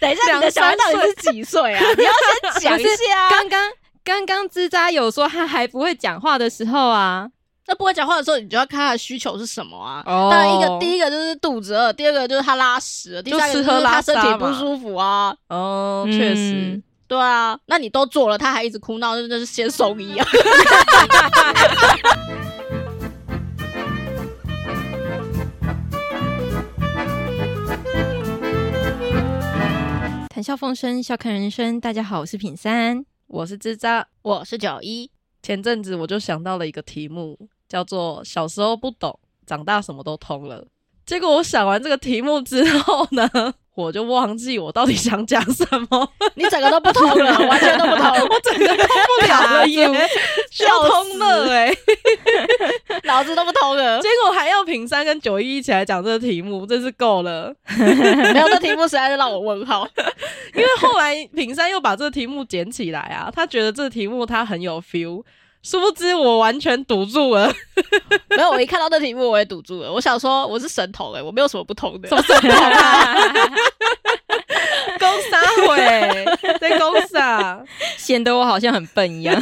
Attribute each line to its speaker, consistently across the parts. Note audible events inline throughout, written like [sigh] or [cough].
Speaker 1: 等一下，你的小孩到底是几岁啊？你要先讲一下啊。
Speaker 2: 刚刚刚刚吱喳有说他还不会讲话的时候啊，
Speaker 1: 那不会讲话的时候，你就要看他的需求是什么啊。
Speaker 2: 哦
Speaker 1: 当然，一个第一个就是肚子饿，第二个就是他拉屎了，第三个
Speaker 2: 吃
Speaker 1: 就
Speaker 2: 喝
Speaker 1: 是他
Speaker 2: 拉
Speaker 1: 身
Speaker 2: 撒
Speaker 1: 体不
Speaker 2: 嘛
Speaker 1: 舒服啊。
Speaker 3: 哦，
Speaker 2: 嗯
Speaker 3: 确实，
Speaker 1: 对啊，那你都做了，他还一直哭闹，那就是先送医啊。
Speaker 2: 谈笑风生，笑看人生。大家好，我是品三。
Speaker 3: 我是吱喳。
Speaker 1: 我是九一，
Speaker 3: 前阵子我就想到了一个题目，叫做“小时候不懂，长大什么都通了”。结果我想完这个题目之后呢， [laughs] 我就忘记我到底想讲什么，
Speaker 1: 你整个都不通了，完全都不通，
Speaker 3: 我整个都不了了
Speaker 2: [laughs]
Speaker 3: 耶，
Speaker 2: 啊
Speaker 1: 笑
Speaker 3: [laughs] 要通了哎、
Speaker 1: 脑子都不通了
Speaker 3: [laughs] 结。果还要品三跟九一一起来讲这个题目，真是够了。
Speaker 1: 没有，这题目实在是让我问号。
Speaker 3: [laughs] 因为后来品山又把这个题目捡起来啊，他觉得这个题目他很有 feel，殊不知我完全堵住
Speaker 2: [laughs]
Speaker 3: 了，
Speaker 1: 没有，我一看到这题目我也堵住了。我想说我是神童哎、我没有什么不通的。
Speaker 3: 攻杀会，在攻杀。
Speaker 2: 显得我好像很笨一样。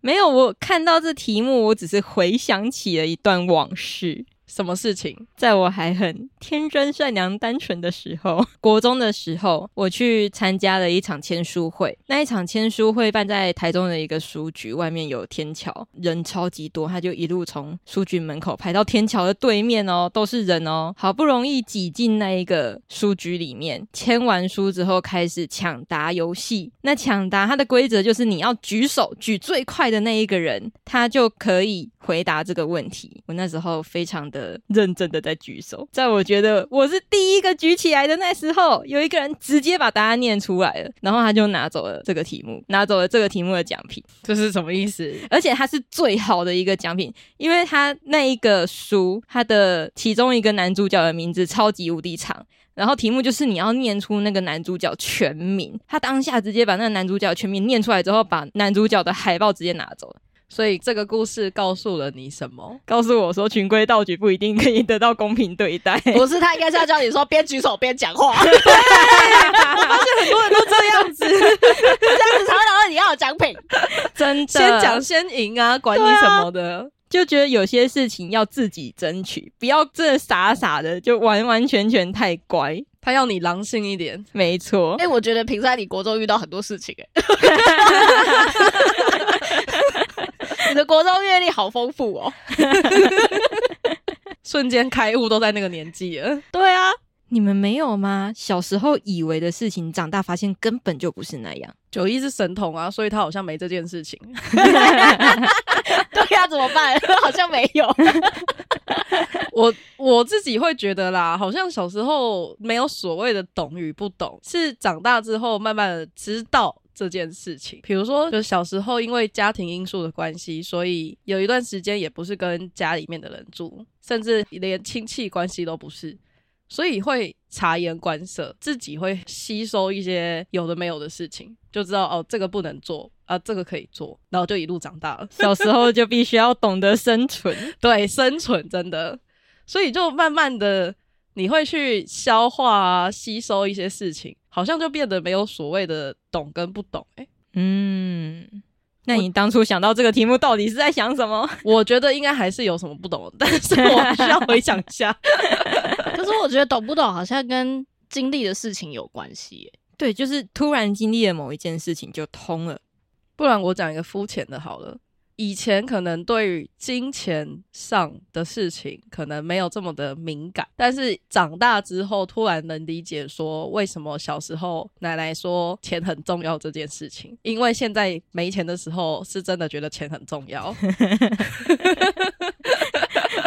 Speaker 2: 没有，我看到这题目，我只是回想起了一段往事。
Speaker 3: 什么事情？
Speaker 2: 在我还很天真、善良、单纯的时候，国中的时候，我去参加了一场签书会。那一场签书会办在台中的一个书局，外面有天桥，人超级多，他就一路从书局门口排到天桥的对面哦，都是人哦。好不容易挤进那一个书局里面，签完书之后开始抢答游戏。那抢答它的规则就是你要举手举最快的那一个人，他就可以回答这个问题。我那时候非常的认真的在举手，在我觉得我是第一个举起来的那时候，有一个人直接把答案念出来了，然后他就拿走了这个题目，拿走了这个题目的奖品。
Speaker 3: [laughs] 这是什么意思？
Speaker 2: 而且它是最好的一个奖品，因为它那一个书，它的其中一个男主角的名字超级无敌长，然后题目就是你要念出那个男主角全名。他当下直接把那个男主角全名念出来之后，把男主角的海报直接拿走了，
Speaker 3: 所以这个故事告诉了你什么？
Speaker 2: 告诉我说循规蹈矩不一定可以得到公平对待。
Speaker 1: 不是，他应该是要教你说边举手边讲话，这
Speaker 3: 啊很多人都这样子，
Speaker 1: 样子才会拿到你要的奖品。
Speaker 2: [laughs] 真的，
Speaker 3: 先讲先赢啊，管你什么的。
Speaker 2: 就觉得有些事情要自己争取，不要真的傻傻的就完完全全太乖。
Speaker 3: 他要你狼性一点，
Speaker 2: 没错
Speaker 1: [laughs] 哎、，我觉得平山你国中遇到很多事情 [laughs] 哎、你的国中阅历好丰富哦。
Speaker 3: 瞬间开悟都在那个年纪了。
Speaker 1: 对啊，
Speaker 2: 你们没有吗？小时候以为的事情，长大发现根本就不是那样。
Speaker 3: 九一是神童啊，所以他好像没这件事情。
Speaker 1: 对啊，怎么 [laughs] 办？好像没有。
Speaker 3: 我我自己会觉得啦，好像小时候没有所谓的懂与不懂，是长大之后慢慢的知道这件事情。比如说，就小时候因为家庭因素的关系，所以有一段时间也不是跟家里面的人住，甚至连亲戚关系都不是。所以会察言观色，自己会吸收一些有的没有的事情，就知道哦，这个不能做啊，这个可以做，然后就一路长大了。
Speaker 2: 小时候就必须要懂得生存，
Speaker 3: 对，生存真的，所以就慢慢的你会去消化啊，吸收一些事情，好像就变得没有所谓的懂跟不懂、欸。
Speaker 2: [laughs] 嗯，那你当初想到这个题目，到底是在想什么？
Speaker 3: 我觉得应该还是有什么不懂的，但是我需要回想一下。
Speaker 1: 可是我觉得懂不懂好像跟经历的事情有关系哎耶、 [laughs]
Speaker 2: 对，就是突然经历了某一件事情就通了。
Speaker 3: 不然我讲一个肤浅的好了。以前可能对于金钱上的事情可能没有这么的敏感，但是长大之后突然能理解说为什么小时候奶奶说钱很重要这件事情，因为现在没钱的时候是真的觉得 [laughs] 钱很重要。
Speaker 2: [laughs]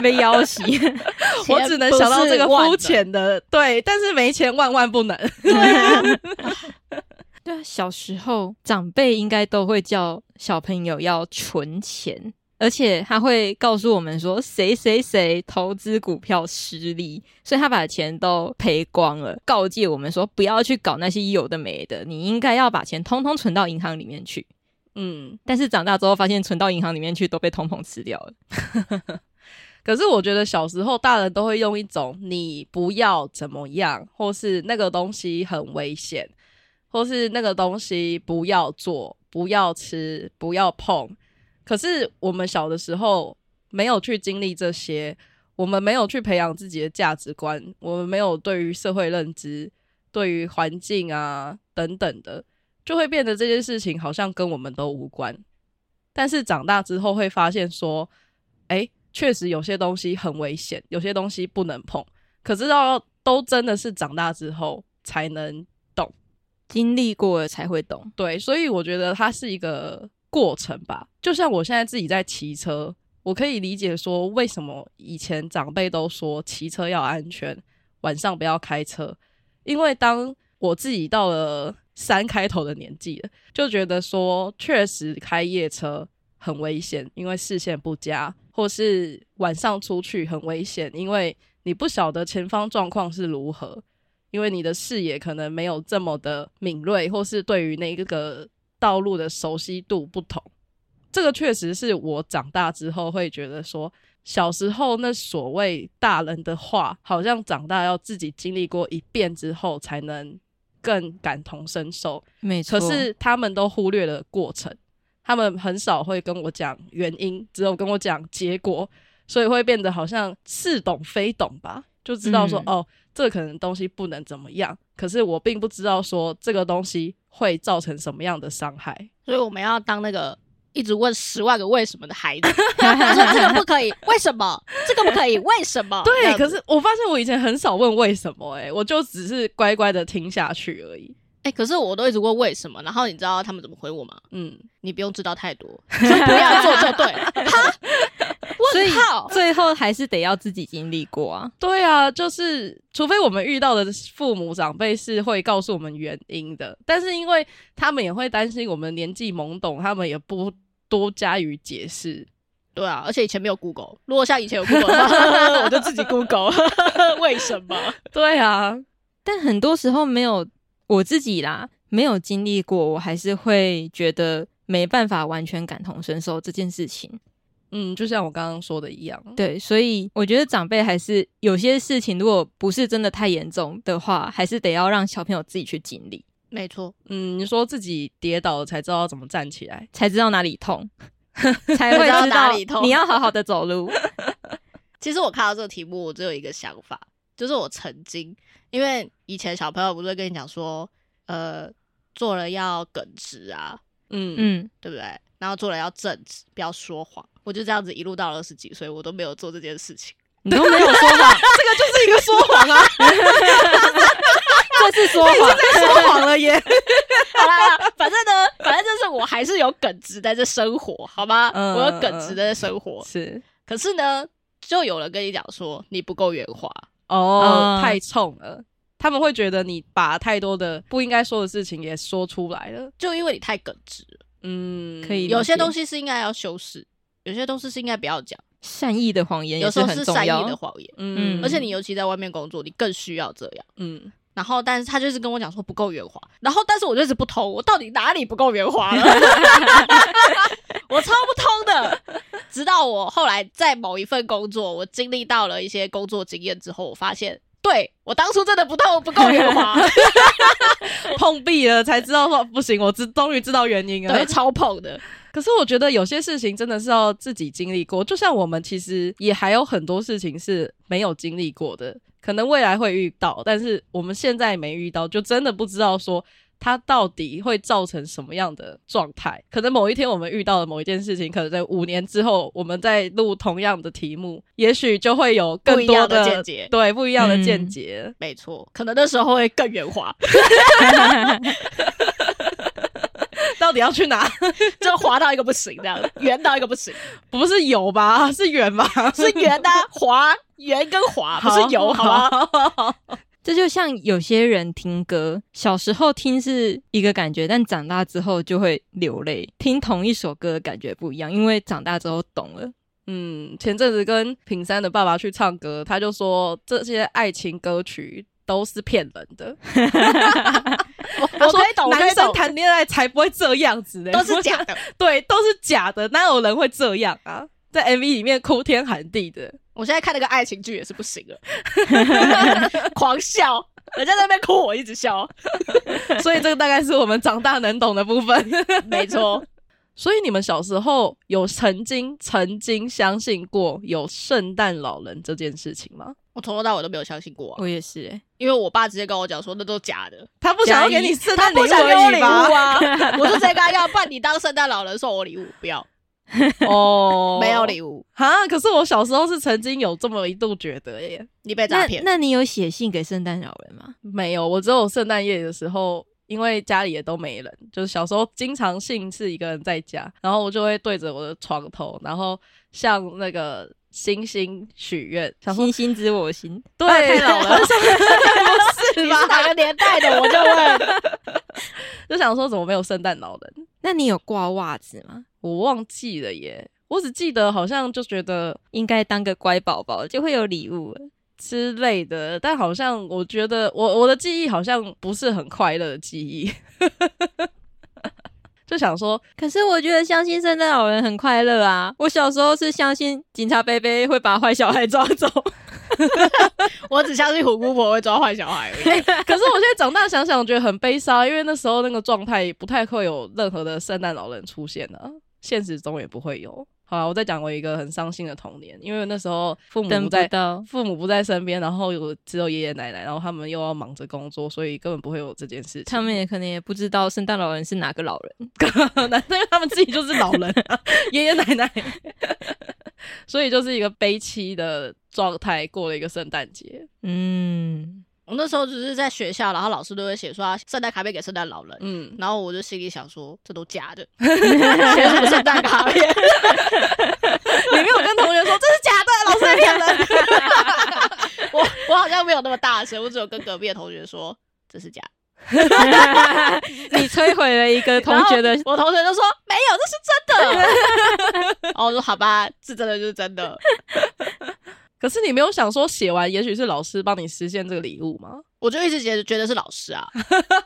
Speaker 2: 被要挟，
Speaker 3: 我只能想到这个肤浅的，对，但是没钱万万不能。
Speaker 2: 对啊，小时候长辈应该都会叫小朋友要存钱，而且他会告诉我们说谁谁谁投资股票失利，所以他把钱都赔光了，告诫我们说不要去搞那些有的没的，你应该要把钱通通存到银行里面去。
Speaker 3: 嗯，
Speaker 2: 但是长大之后发现存到银行里面去都被通膨吃掉了，
Speaker 3: 可是我觉得小时候大人都会用一种“你不要怎么样”，或是那个东西很危险，或是那个东西不要做、不要吃、不要碰。可是我们小的时候没有去经历这些，我们没有去培养自己的价值观，我们没有对于社会认知、对于环境啊等等的，就会变得这些事情好像跟我们都无关。但是长大之后会发现说，哎，确实有些东西很危险，有些东西不能碰。可是到都真的是长大之后才能
Speaker 2: 经历过了才会懂。
Speaker 3: 对，所以我觉得它是一个过程吧。就像我现在自己在骑车，我可以理解说为什么以前长辈都说骑车要安全，晚上不要开车，因为当我自己到了三开头的年纪了，就觉得说确实开夜车很危险，因为视线不佳，或是晚上出去很危险，因为你不晓得前方状况是如何。因为你的视野可能没有这么的敏锐，或是对于那一个道路的熟悉度不同。这个确实是我长大之后会觉得说，小时候那所谓大人的话，好像长大要自己经历过一遍之后，才能更感同身受。
Speaker 2: 没
Speaker 3: 可是他们都忽略了过程，他们很少会跟我讲原因，只有跟我讲结果，所以会变得好像似懂非懂吧，就知道说、
Speaker 2: 嗯
Speaker 3: 哦，这可能东西不能怎么样，可是我并不知道说这个东西会造成什么样的伤害。
Speaker 1: 所以我们要当那个一直问十万个为什么的孩子。 [laughs] 他说这个不可以，为什么？这个不可以，为什
Speaker 2: 哦
Speaker 1: 么？这
Speaker 3: 对，
Speaker 1: 样子
Speaker 3: 可是我发现我以前很少问为什么、欸，我就只是乖乖的听下去而已。
Speaker 1: 哎、可是我都一直问为什么，然后你知道他们怎么回我吗？
Speaker 3: 嗯，
Speaker 1: 你不用知道太多， [laughs] 就不要做就对了。哈，
Speaker 2: 所以
Speaker 1: 问号。
Speaker 2: 最后还是得要自己经历过啊。
Speaker 3: 对啊，就是除非我们遇到的父母长辈是会告诉我们原因的，但是因为他们也会担心我们年纪懵懂，他们也不多加于解释。
Speaker 1: 对啊，而且以前没有 Google，如果像以前有 Google，的话 [laughs] 我就自己 Google 为什么？ [laughs]
Speaker 3: 对啊，
Speaker 2: 但很多时候没有我自己啦，没有经历过，我还是会觉得没办法完全感同身受这件事情。
Speaker 3: 嗯，就像我刚刚说的一样，
Speaker 2: 对，所以我觉得长辈还是有些事情，如果不是真的太严重的话，还是得要让小朋友自己去经历，
Speaker 1: 没错，
Speaker 3: 嗯，你说自己跌倒了才知道怎么站起来，
Speaker 2: 才知道哪
Speaker 1: [laughs]
Speaker 2: 里痛，才会
Speaker 1: 知道
Speaker 2: 知
Speaker 1: 哪
Speaker 2: 道
Speaker 1: 里痛
Speaker 2: 你要好好的走
Speaker 1: [laughs]
Speaker 2: 路。
Speaker 1: 其实我看到这个题目，我只有一个想法，就是我曾经，因为以前小朋友不是会跟你讲说，呃，做了要耿直啊，
Speaker 3: 嗯嗯，
Speaker 2: 嗯，
Speaker 1: 对不对？然后做了要正直，不要说谎。我就这样子一路到了二十几岁，我都没有做这件事情。
Speaker 2: 你都没有说谎，
Speaker 3: 这个说谎啊，
Speaker 2: 这是说谎。
Speaker 3: 说谎了耶。
Speaker 1: [laughs] 好啦，反正呢，反正就是我还是有耿直在这生活，好吗？
Speaker 3: 嗯
Speaker 1: 我有耿直在这生活，
Speaker 2: 嗯
Speaker 3: 是
Speaker 1: 可是呢，就有人跟你讲说你不够圆滑，
Speaker 3: [laughs] 哦，
Speaker 2: 嗯
Speaker 3: 太冲了，他们会觉得你把太多的不应该说的事情也说出来了。
Speaker 1: 就因为你太耿直了。
Speaker 3: 嗯，
Speaker 2: 可以理解
Speaker 1: 有些东西是应该要修饰，有些东西是应该不要讲，
Speaker 2: 善意的谎言也
Speaker 1: 有时候
Speaker 2: 很
Speaker 1: 是
Speaker 2: 重
Speaker 1: 善
Speaker 2: 要
Speaker 1: 意的谎言。
Speaker 3: 嗯，
Speaker 1: 而且你尤其在外面工作，你更需要这样。
Speaker 3: 嗯，
Speaker 1: 然后，但是他就是跟我讲说不够圆滑，然后但是我就一直不通，我到底哪里不够圆滑
Speaker 3: [laughs]
Speaker 1: 了？我超不通的。直到我后来在某一份工作，我经历到了一些工作经验之后，我发现，对我当初真的不通不够圆
Speaker 3: [laughs]
Speaker 1: 滑，
Speaker 3: 碰壁了才知道说不行，我知终于知道原因了
Speaker 1: 对，。超碰的。
Speaker 3: 可是我觉得有些事情真的是要自己经历过，就像我们其实也还有很多事情是没有经历过的，可能未来会遇到，但是我们现在没遇到，就真的不知道说它到底会造成什么样的状态。可能某一天我们遇到了某一件事情，可能在五年之后，我们再录同样的题目，也许就会有更
Speaker 1: 不一
Speaker 3: 多
Speaker 1: 样
Speaker 3: 的
Speaker 1: 的见解
Speaker 3: 对不一样的见
Speaker 2: 嗯
Speaker 3: 解。 [laughs]
Speaker 1: 没错，可能那时候会更圆滑，
Speaker 3: 到底要去哪？ [laughs]
Speaker 1: 就滑到一个不行，这样圆到一个不行，
Speaker 3: 不是有吧？是远吧？
Speaker 1: 是圆的、滑圆跟滑，不是油，好吗？
Speaker 3: 吗？
Speaker 2: 这就像有些人听歌，小时候听是一个感觉，但长大之后就会流泪。听同一首歌的感觉不一样，因为长大之后懂了。
Speaker 3: [laughs] 嗯，前阵子跟品山的爸爸去唱歌，他就说这些爱情歌曲都是骗人的。
Speaker 1: 我
Speaker 3: 他
Speaker 1: 我
Speaker 3: 说
Speaker 1: 哦可以懂，我可
Speaker 3: 男
Speaker 1: 以
Speaker 3: 生
Speaker 1: 懂，
Speaker 3: 谈恋爱才不会这样子的，
Speaker 1: 都是假的。
Speaker 3: 对，都是假的，哪有人会这样啊？在 MV 里面哭天喊地的，
Speaker 1: 我现在看那个爱情剧也是不行了，狂笑，人家在那边哭，我一直笑。
Speaker 3: [laughs] 所以这个大概是我们长大能懂的部分。 [laughs]
Speaker 1: 没错，
Speaker 3: 所以你们小时候有曾经曾经相信过有圣诞老人这件事情吗？
Speaker 1: 我从头到尾都没有相信过啊、
Speaker 2: 我也是、欸，
Speaker 1: 因为我爸直接跟我讲说那都假的，
Speaker 3: 他不想要给你圣
Speaker 1: 他
Speaker 3: 诞礼
Speaker 1: 不
Speaker 3: 物
Speaker 1: 想给我
Speaker 3: 而
Speaker 1: 礼物
Speaker 3: 已吧？
Speaker 1: 啊，我就直接跟他要，不然你当圣诞老人送我礼物，不要，
Speaker 3: 哦
Speaker 1: [laughs] 没有礼物，
Speaker 3: 啊！可是我小时候是曾经有这么一度觉得耶，
Speaker 1: 你被诈
Speaker 2: 那
Speaker 1: 骗。
Speaker 2: 那你有写信给圣诞老人吗？
Speaker 3: 没有，我只有圣诞夜的时候，因为家里也都没人，就是小时候经常性是一个人在家，然后我就会对着我的床头，然后向那个星星许愿，想说
Speaker 2: 星星知我心，
Speaker 3: 对，
Speaker 1: 太老
Speaker 3: [laughs]
Speaker 1: 了
Speaker 3: 不是
Speaker 1: 你是
Speaker 3: 吧？
Speaker 1: 哪个年代的？我就问，
Speaker 3: [laughs] 就想说怎么没有圣诞老人，
Speaker 2: 那你有挂袜子吗？
Speaker 3: 我忘记了耶，我只记得好像就觉得
Speaker 2: 应该当个乖宝宝就会有礼物了。
Speaker 3: 之类的，但好像我觉得我我的记忆好像不是很快乐的记忆， [laughs] 就想说
Speaker 2: 可是我觉得相信圣诞老人很快乐啊！我小时候是相信警察贝贝会把坏小孩抓走，
Speaker 1: 我只相信虎姑婆会抓坏小孩而已。
Speaker 3: [laughs] 可是我现在长大想想，觉得很悲伤，因为那时候那个状态不太会有任何的圣诞老人出现啊，现实中也不会有。好啊，我再讲我一个很伤心的童年，因为那时候父母
Speaker 2: 等
Speaker 3: 不
Speaker 2: 不
Speaker 3: 在，
Speaker 2: 到。
Speaker 3: 父母不在身边，然后有只有爷爷奶奶，然后他们又要忙着工作，所以根本不会有这件事情。
Speaker 2: [laughs] 他们也可能也不知道圣诞老人是哪个老人，
Speaker 3: [laughs] 难道因为他们自己就是老人啊， [laughs] 爷爷奶奶，所以就是一个悲戚的状态过了一个圣诞节。
Speaker 2: 嗯，
Speaker 1: 我那时候只是在学校，然后老师都会写说啊圣诞卡片给圣诞老人，
Speaker 3: 嗯，
Speaker 1: 然后我就心里想说这都假
Speaker 2: [laughs]
Speaker 1: 的，写什么圣诞卡片？
Speaker 3: 你没有跟同学说这是假的，老师在骗人。
Speaker 1: 我我好像没有那么大声，我只有跟隔壁的同学说这是假的。
Speaker 2: 你摧毁了一个同学的
Speaker 1: 然后我同学就说没有，这是真的。然后我说好吧，是真的就是真的。
Speaker 3: 可是你没有想说写完，也许是老师帮你实现这个礼物吗？
Speaker 1: 我就一直觉得觉得是老师啊，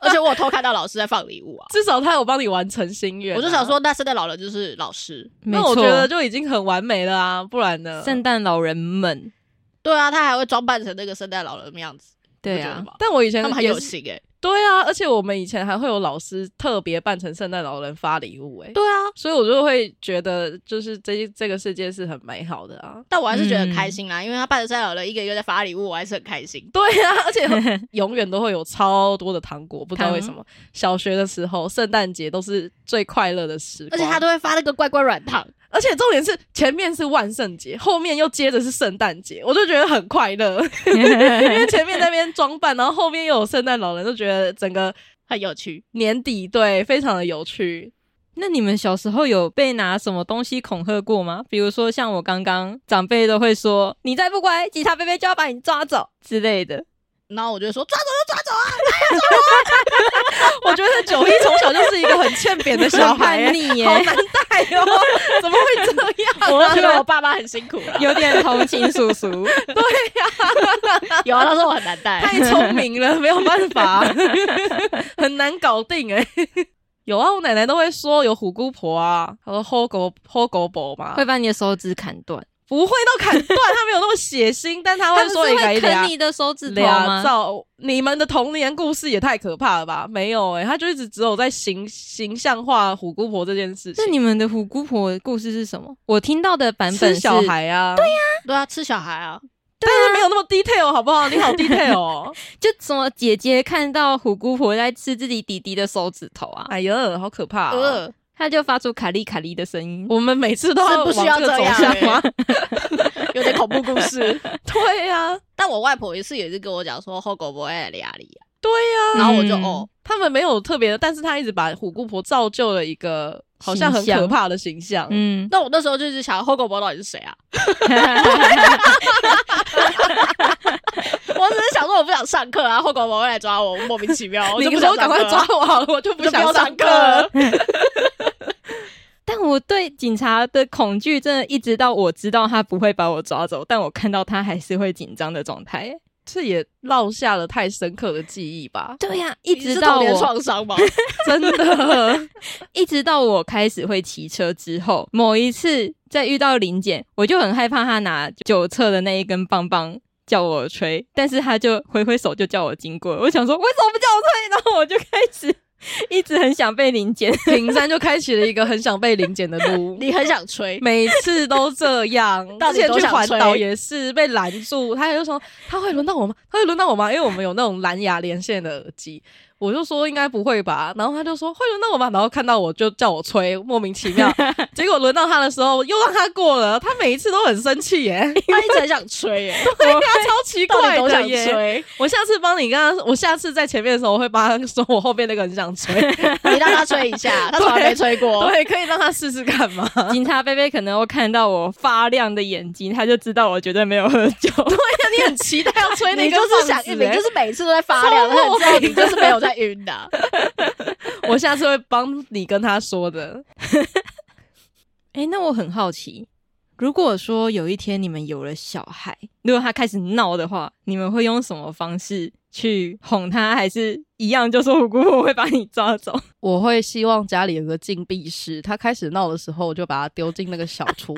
Speaker 1: 而且我有偷看到老师在放礼
Speaker 2: [laughs]
Speaker 1: 物啊，
Speaker 3: 至少他有帮你完成心愿啊、
Speaker 1: 我就想说那圣诞老人就是老师。
Speaker 2: 没
Speaker 3: 那
Speaker 2: 错
Speaker 3: 我觉得就已经很完美了啊，不然呢？
Speaker 2: 圣诞老人们， [laughs]
Speaker 1: 对啊，他还会装扮成那个圣诞老人的样子，
Speaker 2: 对
Speaker 1: 不觉得
Speaker 2: 啊，
Speaker 1: 吗
Speaker 3: 但我以前
Speaker 1: 他们很
Speaker 3: 也
Speaker 1: 有
Speaker 3: 是
Speaker 1: 心哎、
Speaker 3: 对啊，而且我们以前还会有老师特别扮成圣诞老人发礼物、欸，
Speaker 1: 对啊，
Speaker 3: 所以我就会觉得就是这这个世界是很美好的啊。
Speaker 1: 但我还是觉得很开心啦，因为他扮成圣诞老人一个一个在发礼物，我还是很开心。
Speaker 3: 对啊， [laughs] 而且很永远都会有超多的糖果，不知道
Speaker 2: 糖
Speaker 3: 为什么。小学的时候，圣诞节都是最快乐的时
Speaker 1: [laughs] 而
Speaker 3: 光。
Speaker 1: 且他都会发那个乖乖软糖，
Speaker 3: 而且重点是前面是万圣节，后面又接着是圣诞节，我就觉得很快乐， [laughs] 因为前面那边装扮，然后后面又有圣诞老人，就觉得整个
Speaker 1: [laughs] 很有趣。
Speaker 3: 年底对非常的有趣。
Speaker 2: 那你们小时候有被拿什么东西恐吓过吗？比如说像我刚刚长辈都会说，你再不乖，警察贝贝就要把你抓走之类的。
Speaker 1: 然后我就说抓走就抓走啊！
Speaker 3: 我觉得九一从小就是一个很欠扁的小孩、
Speaker 2: [laughs] 很叛逆耶
Speaker 3: 好难带 [laughs] 哦，怎么会这样、啊？
Speaker 1: 我就觉得我爸妈很辛苦啊啦。
Speaker 2: 有点同情叔 [laughs] 叔，
Speaker 1: 有啊，他说我很难带。
Speaker 3: 太聪明了，没有办法， [laughs] 很难搞定哎、有啊，我奶奶都会说有虎姑婆啊，她说吼狗吼狗婆嘛，
Speaker 2: 会把你的手指砍断，
Speaker 3: 不会到砍断，他没有那么血腥，但他会说
Speaker 2: 他
Speaker 3: 你
Speaker 2: 们是
Speaker 3: 来
Speaker 2: 会
Speaker 3: 俩
Speaker 2: 啃你的手指头
Speaker 3: 俩
Speaker 2: 吗？
Speaker 3: 照。你们的童年故事也太可怕了吧？没有诶、欸他就一直只有在形形象化虎姑婆这件事情。
Speaker 2: 那你们的虎姑婆的故事是什么？我听到的版本
Speaker 3: 吃
Speaker 2: 是
Speaker 3: 小，孩啊？对呀、
Speaker 1: 对啊，吃小孩啊，
Speaker 3: 但是没有那么 detail 好不好？你好 detail 哦，
Speaker 2: 就什么姐姐看到虎姑婆在吃自己弟弟的手指头啊，
Speaker 3: 哎呀，好可怕、哦！
Speaker 1: 呃，
Speaker 2: 她就发出卡利卡利的声音。
Speaker 3: 我们每次都
Speaker 1: 是
Speaker 3: 要
Speaker 1: 不需
Speaker 3: 往
Speaker 1: 要
Speaker 3: 这个
Speaker 1: 这
Speaker 3: 走
Speaker 1: 样
Speaker 3: 向吗？ [laughs]
Speaker 1: 欸 [laughs] 有点恐怖故事。 [laughs]
Speaker 3: 对啊呀、
Speaker 1: 但我外婆一次也是跟我讲说后狗不会理阿里啊，
Speaker 3: 对呀、
Speaker 1: 然后我就
Speaker 2: 嗯
Speaker 1: 哦，
Speaker 3: 他们没有特别的，但是他一直把虎姑婆造就了一个好像很
Speaker 2: 形象
Speaker 3: 可怕的形象。
Speaker 2: 嗯，
Speaker 1: 那我那时候就是想后狗婆到底是谁啊？ [laughs] 我只是想说我不想上课啊，后狗婆会来抓我，我莫名其妙，我
Speaker 3: 你
Speaker 1: 就不
Speaker 3: 给
Speaker 1: 想
Speaker 3: 我
Speaker 1: 上
Speaker 3: 赶
Speaker 1: 课啊
Speaker 3: 快抓，我好了，
Speaker 2: [laughs]
Speaker 3: 我就
Speaker 1: 我
Speaker 3: 不
Speaker 1: 就不
Speaker 3: 想
Speaker 1: 要
Speaker 3: 上
Speaker 1: 上
Speaker 3: 课
Speaker 1: 课啊
Speaker 3: 了 [laughs]
Speaker 1: 了。。
Speaker 2: 但我对警察的恐惧真的一直到我知道他不会把我抓走，但我看到他还是会紧张的状态。，
Speaker 3: 这也落下了太深刻的记忆吧
Speaker 2: 对呀、一
Speaker 1: 你
Speaker 2: 直
Speaker 1: 是
Speaker 2: 到
Speaker 1: 童年
Speaker 2: 我
Speaker 1: 创伤吗？ [laughs]
Speaker 3: 真的。
Speaker 2: [laughs] 一直到我开始会骑车之后，某一次在遇到林检，我就很害怕他拿酒测的那一根棒棒叫我吹，但是他就挥挥手就叫我经过，我想说为什么不叫我吹？ [laughs] 然后我就开始一直很想被林检，
Speaker 3: 平山就开启了一个很想被临检的
Speaker 1: [laughs]
Speaker 3: 路。
Speaker 1: 你很想吹，
Speaker 3: 每次都这样
Speaker 1: [laughs] ，到
Speaker 3: 之
Speaker 1: 底
Speaker 3: 前
Speaker 1: 多
Speaker 3: 去
Speaker 1: 想
Speaker 3: 环岛
Speaker 1: 吹
Speaker 3: 也是被拦住，他就说他会轮到我吗？他会轮到我吗？因为我们有那种蓝牙连线的耳机，我就说应该不会吧，然后他就说会轮到我吗？然后看到我就叫我吹，莫名其
Speaker 1: [laughs]
Speaker 3: 妙，结果轮到他的时候又让他过了，他每一次都很生
Speaker 1: [laughs]
Speaker 3: 气耶，
Speaker 1: 他一直很想吹耶，
Speaker 3: 对呀，超奇
Speaker 1: 到
Speaker 3: 怪
Speaker 1: 底多
Speaker 3: 的
Speaker 1: 想
Speaker 3: 耶。
Speaker 1: 吹？
Speaker 3: 我下次帮你跟他，我下次在前面的时候，我会帮他说我后面那个很想吹，
Speaker 1: 你让他吹一下，他从来没吹过。
Speaker 3: 对，可以让他试试看
Speaker 1: [laughs]
Speaker 3: 吗？
Speaker 2: [laughs] 警察贝贝可能会看到我发亮的眼睛，他就知道我绝对没有喝酒。
Speaker 3: 对呀，你很期待要吹那
Speaker 1: 你
Speaker 3: 个
Speaker 1: 就
Speaker 3: 棒
Speaker 1: 是
Speaker 3: 子耶，
Speaker 1: 想晕，你就是欸每次都在发亮，
Speaker 3: 超莫
Speaker 1: 他知道你就是没有在晕的。
Speaker 3: 我下次会帮你跟他说
Speaker 2: [laughs]
Speaker 3: 的。
Speaker 2: 哎，那我很好奇，如果说有一天你们有了小孩，如果他开始闹的话，你们会用什么方式去哄他，还是一样就说我姑婆会把你抓走？
Speaker 3: 我会希望家里有个禁闭室，他开始闹的时候，我就把他丢进那个小
Speaker 2: [laughs]
Speaker 3: 厨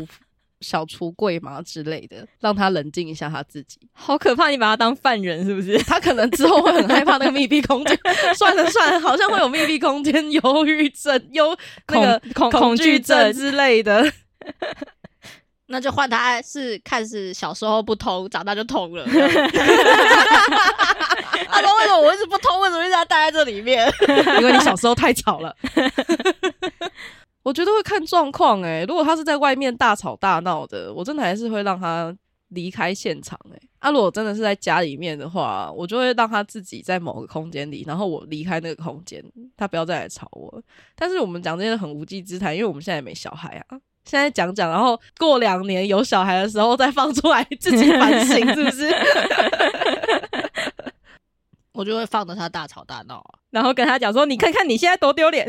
Speaker 3: 小橱柜嘛之类的，让他冷静一下他自己。
Speaker 2: 好可怕！你把他当犯人是不是？
Speaker 3: 他可能之后会很害怕那个密闭空间。 [laughs] 算了算了，好像会有密闭空间忧郁症、忧那个
Speaker 2: 恐
Speaker 3: 恐惧
Speaker 2: 惧
Speaker 3: 症之类的。
Speaker 1: 那就换他是看是小时候不通，长大就通了。
Speaker 3: [laughs]
Speaker 1: 阿公为什么我一直不通？为什么一直要待在这里面？
Speaker 3: 因为你小时候太吵了。 [laughs] 我觉得会看状况哎，如果他是在外面大吵大闹的，我真的还是会让他离开现场哎、啊，如果真的是在家里面的话，我就会让他自己在某个空间里，然后我离开那个空间，他不要再来吵我。但是我们讲这些很无稽之谈，因为我们现在也没小孩啊。现在讲讲，然后过两年有小孩的时候再放出来自己反省，是不是？ [laughs]
Speaker 1: 我就会放着他大吵大闹啊！
Speaker 2: 然后跟他讲说，你看看你现在多丢脸。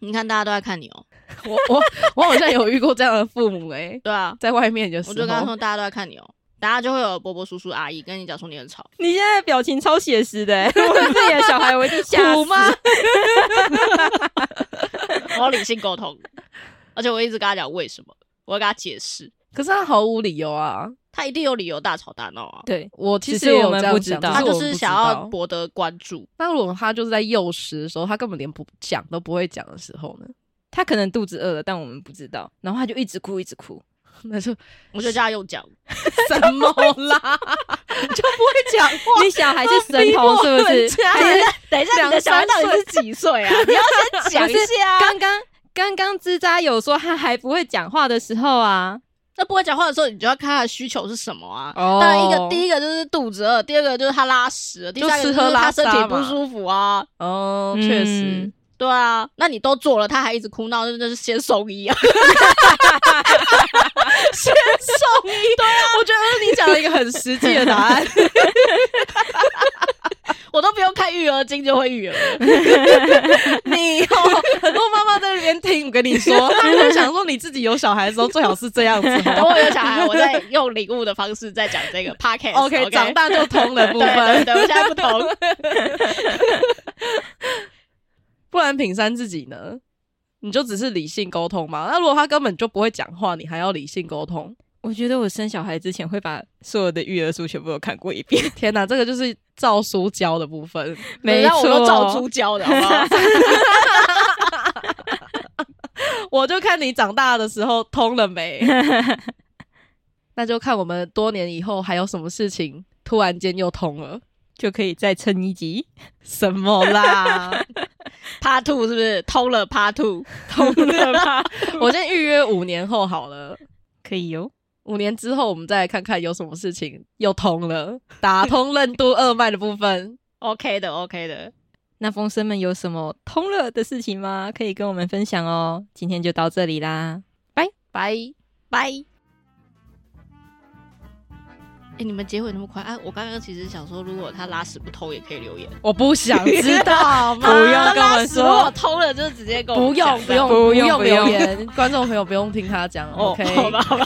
Speaker 1: 你看大家都在看你哦。
Speaker 3: 我我我好像有遇过这样的父母哎、
Speaker 1: 对啊，
Speaker 3: 在外面有时
Speaker 1: 我
Speaker 3: 候，
Speaker 1: 就跟他说大家都在看你哦，大家就会有伯伯叔叔阿姨跟你讲说你很吵。
Speaker 2: 你现在表情超写实的、欸，我是自己的小孩，我一定吓
Speaker 3: [laughs] 苦
Speaker 2: 死
Speaker 3: 吗？
Speaker 1: 我要理性沟通，而且我一直跟他讲为什么，我要跟他解释，
Speaker 3: 可是他毫无理由啊！
Speaker 1: 他一定有理由大吵大闹啊。
Speaker 2: 对，
Speaker 3: 我其
Speaker 2: 只
Speaker 3: 实
Speaker 2: 是
Speaker 3: 也
Speaker 2: 我
Speaker 3: 有
Speaker 2: 们
Speaker 3: 啊这样
Speaker 2: 不知
Speaker 3: 想
Speaker 2: 道
Speaker 1: 他
Speaker 3: 只
Speaker 1: 就是
Speaker 3: 我们
Speaker 1: 是
Speaker 3: 不知
Speaker 1: 想要
Speaker 3: 道
Speaker 1: 博得关注，
Speaker 3: 那如果他就是在幼时的时候，他根本连不讲都不会讲的时候呢， [laughs]
Speaker 2: 他可能肚子饿了，但我们不知道。然后他就一直哭，一直哭。
Speaker 3: 那就
Speaker 1: 我就叫他用讲。
Speaker 3: 什么啦，就不会讲话。
Speaker 2: [laughs] 你小孩是神 [laughs] 童是不是？
Speaker 3: 逼迫人家
Speaker 2: [laughs] 还是
Speaker 1: 等一下，你的小孩到底是几岁
Speaker 3: [laughs]
Speaker 1: 啊？你要先讲一下、啊。
Speaker 2: 刚刚刚刚吱喳有说他还不会讲话的时候啊，
Speaker 1: 那不会讲话的时候，你就要看他的需求是什么啊。
Speaker 3: 哦
Speaker 1: 当然，一个第一个就是肚子饿，第二个就是他拉屎了，第三个
Speaker 3: 就
Speaker 1: 就
Speaker 3: 吃喝
Speaker 1: 是
Speaker 3: 拉
Speaker 1: 他
Speaker 3: 撒
Speaker 1: 身
Speaker 3: 嘛
Speaker 1: 体不舒服啊。
Speaker 3: [laughs] 哦，确实
Speaker 2: 嗯，
Speaker 1: 对啊，那你都做了，他还一直哭闹，那就是先送医啊。 [laughs]
Speaker 3: 先送医。对啊，我觉得你讲了一个很实际的答 [laughs] 案。
Speaker 1: 我都不用看育儿经就会育儿了，
Speaker 3: 你哦，很多妈妈在那边听，我跟
Speaker 1: [laughs]
Speaker 3: 你说，他们就想说你自己有小孩的时候最好是这样子
Speaker 1: 等
Speaker 3: 哦。
Speaker 1: 我有小孩，我再用领悟的方式再讲这个 podcast。
Speaker 3: OK，长大就通了部
Speaker 1: 对 [laughs] 对
Speaker 3: 分，
Speaker 1: 对，我现在不同。
Speaker 3: [laughs] 不然品山自己呢？你就只是理性沟通嘛？那如果他根本就不会讲话，你还要理性沟通？
Speaker 2: 我觉得我生小孩之前会把所有的育儿书全部都看过一遍。
Speaker 3: 天哪，这个就是照书教的部 [laughs] 分。
Speaker 2: [laughs] 没
Speaker 1: 然后我
Speaker 2: 错，
Speaker 1: 都照猪教的，好不好？
Speaker 3: 我就看你长大的时候通了 [laughs] 没，那就看我们多年以后还有什么事情突然间又通了。
Speaker 2: 就可以再撑一集。
Speaker 3: 什么啦？
Speaker 1: [laughs] 趴兔是不是偷了趴兔？[laughs]
Speaker 3: 通了吧？ [laughs] 我先预约五年后好了，
Speaker 2: 可以哦，
Speaker 3: 五年之后我们再来看看有什么事情又通了，打通任督二脉的部 [laughs] 分。
Speaker 1: OK 的，OK 的，
Speaker 2: 那风声们有什么通了的事情吗？可以跟我们分享哦。今天就到这里啦。
Speaker 1: 拜拜。哎、你们结尾那么快啊！我刚刚其实想说，如果他拉屎不偷也可以留言，
Speaker 3: 我不想 [laughs] 知道
Speaker 1: [laughs]
Speaker 3: 吗？
Speaker 2: 不用跟我
Speaker 1: 拉
Speaker 2: 们
Speaker 1: 屎如果
Speaker 2: 说，
Speaker 1: 偷了就直接跟我
Speaker 3: [laughs] 不
Speaker 1: 们讲
Speaker 3: 用不用
Speaker 2: 不用
Speaker 3: 用
Speaker 2: 不用
Speaker 3: 留言，观众朋友不用听他讲。
Speaker 1: 哦
Speaker 3: [laughs] OK，
Speaker 1: 好吧好吧，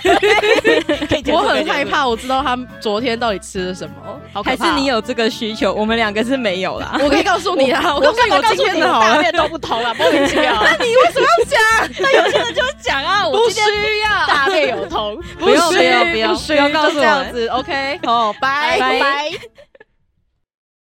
Speaker 1: 可以结束
Speaker 3: 我很害。
Speaker 1: 结束
Speaker 3: 怕，我知道他昨天到底吃了什么，好可
Speaker 2: 还
Speaker 3: 怕
Speaker 2: 是你？有这个需求？我们两个是没有啦。
Speaker 3: [laughs] 我可以告诉你啊，我告诉你，
Speaker 1: 我
Speaker 3: 我
Speaker 1: 告
Speaker 3: 今
Speaker 1: 诉
Speaker 3: 天
Speaker 1: 你，
Speaker 3: 的好
Speaker 1: 大
Speaker 3: 了，
Speaker 1: 便都不同啊，莫名其
Speaker 3: [laughs]
Speaker 1: 妙。
Speaker 3: 你为什么要讲？
Speaker 1: 那有些人就讲啊，我
Speaker 3: 不
Speaker 1: 今天
Speaker 3: 需要，
Speaker 1: 大便有同，
Speaker 2: 不用
Speaker 3: 需
Speaker 2: 不用不用
Speaker 3: 需
Speaker 2: 不要告诉
Speaker 3: 就这样
Speaker 2: 我
Speaker 1: 哦
Speaker 3: 子，OK，好，拜
Speaker 1: 拜拜。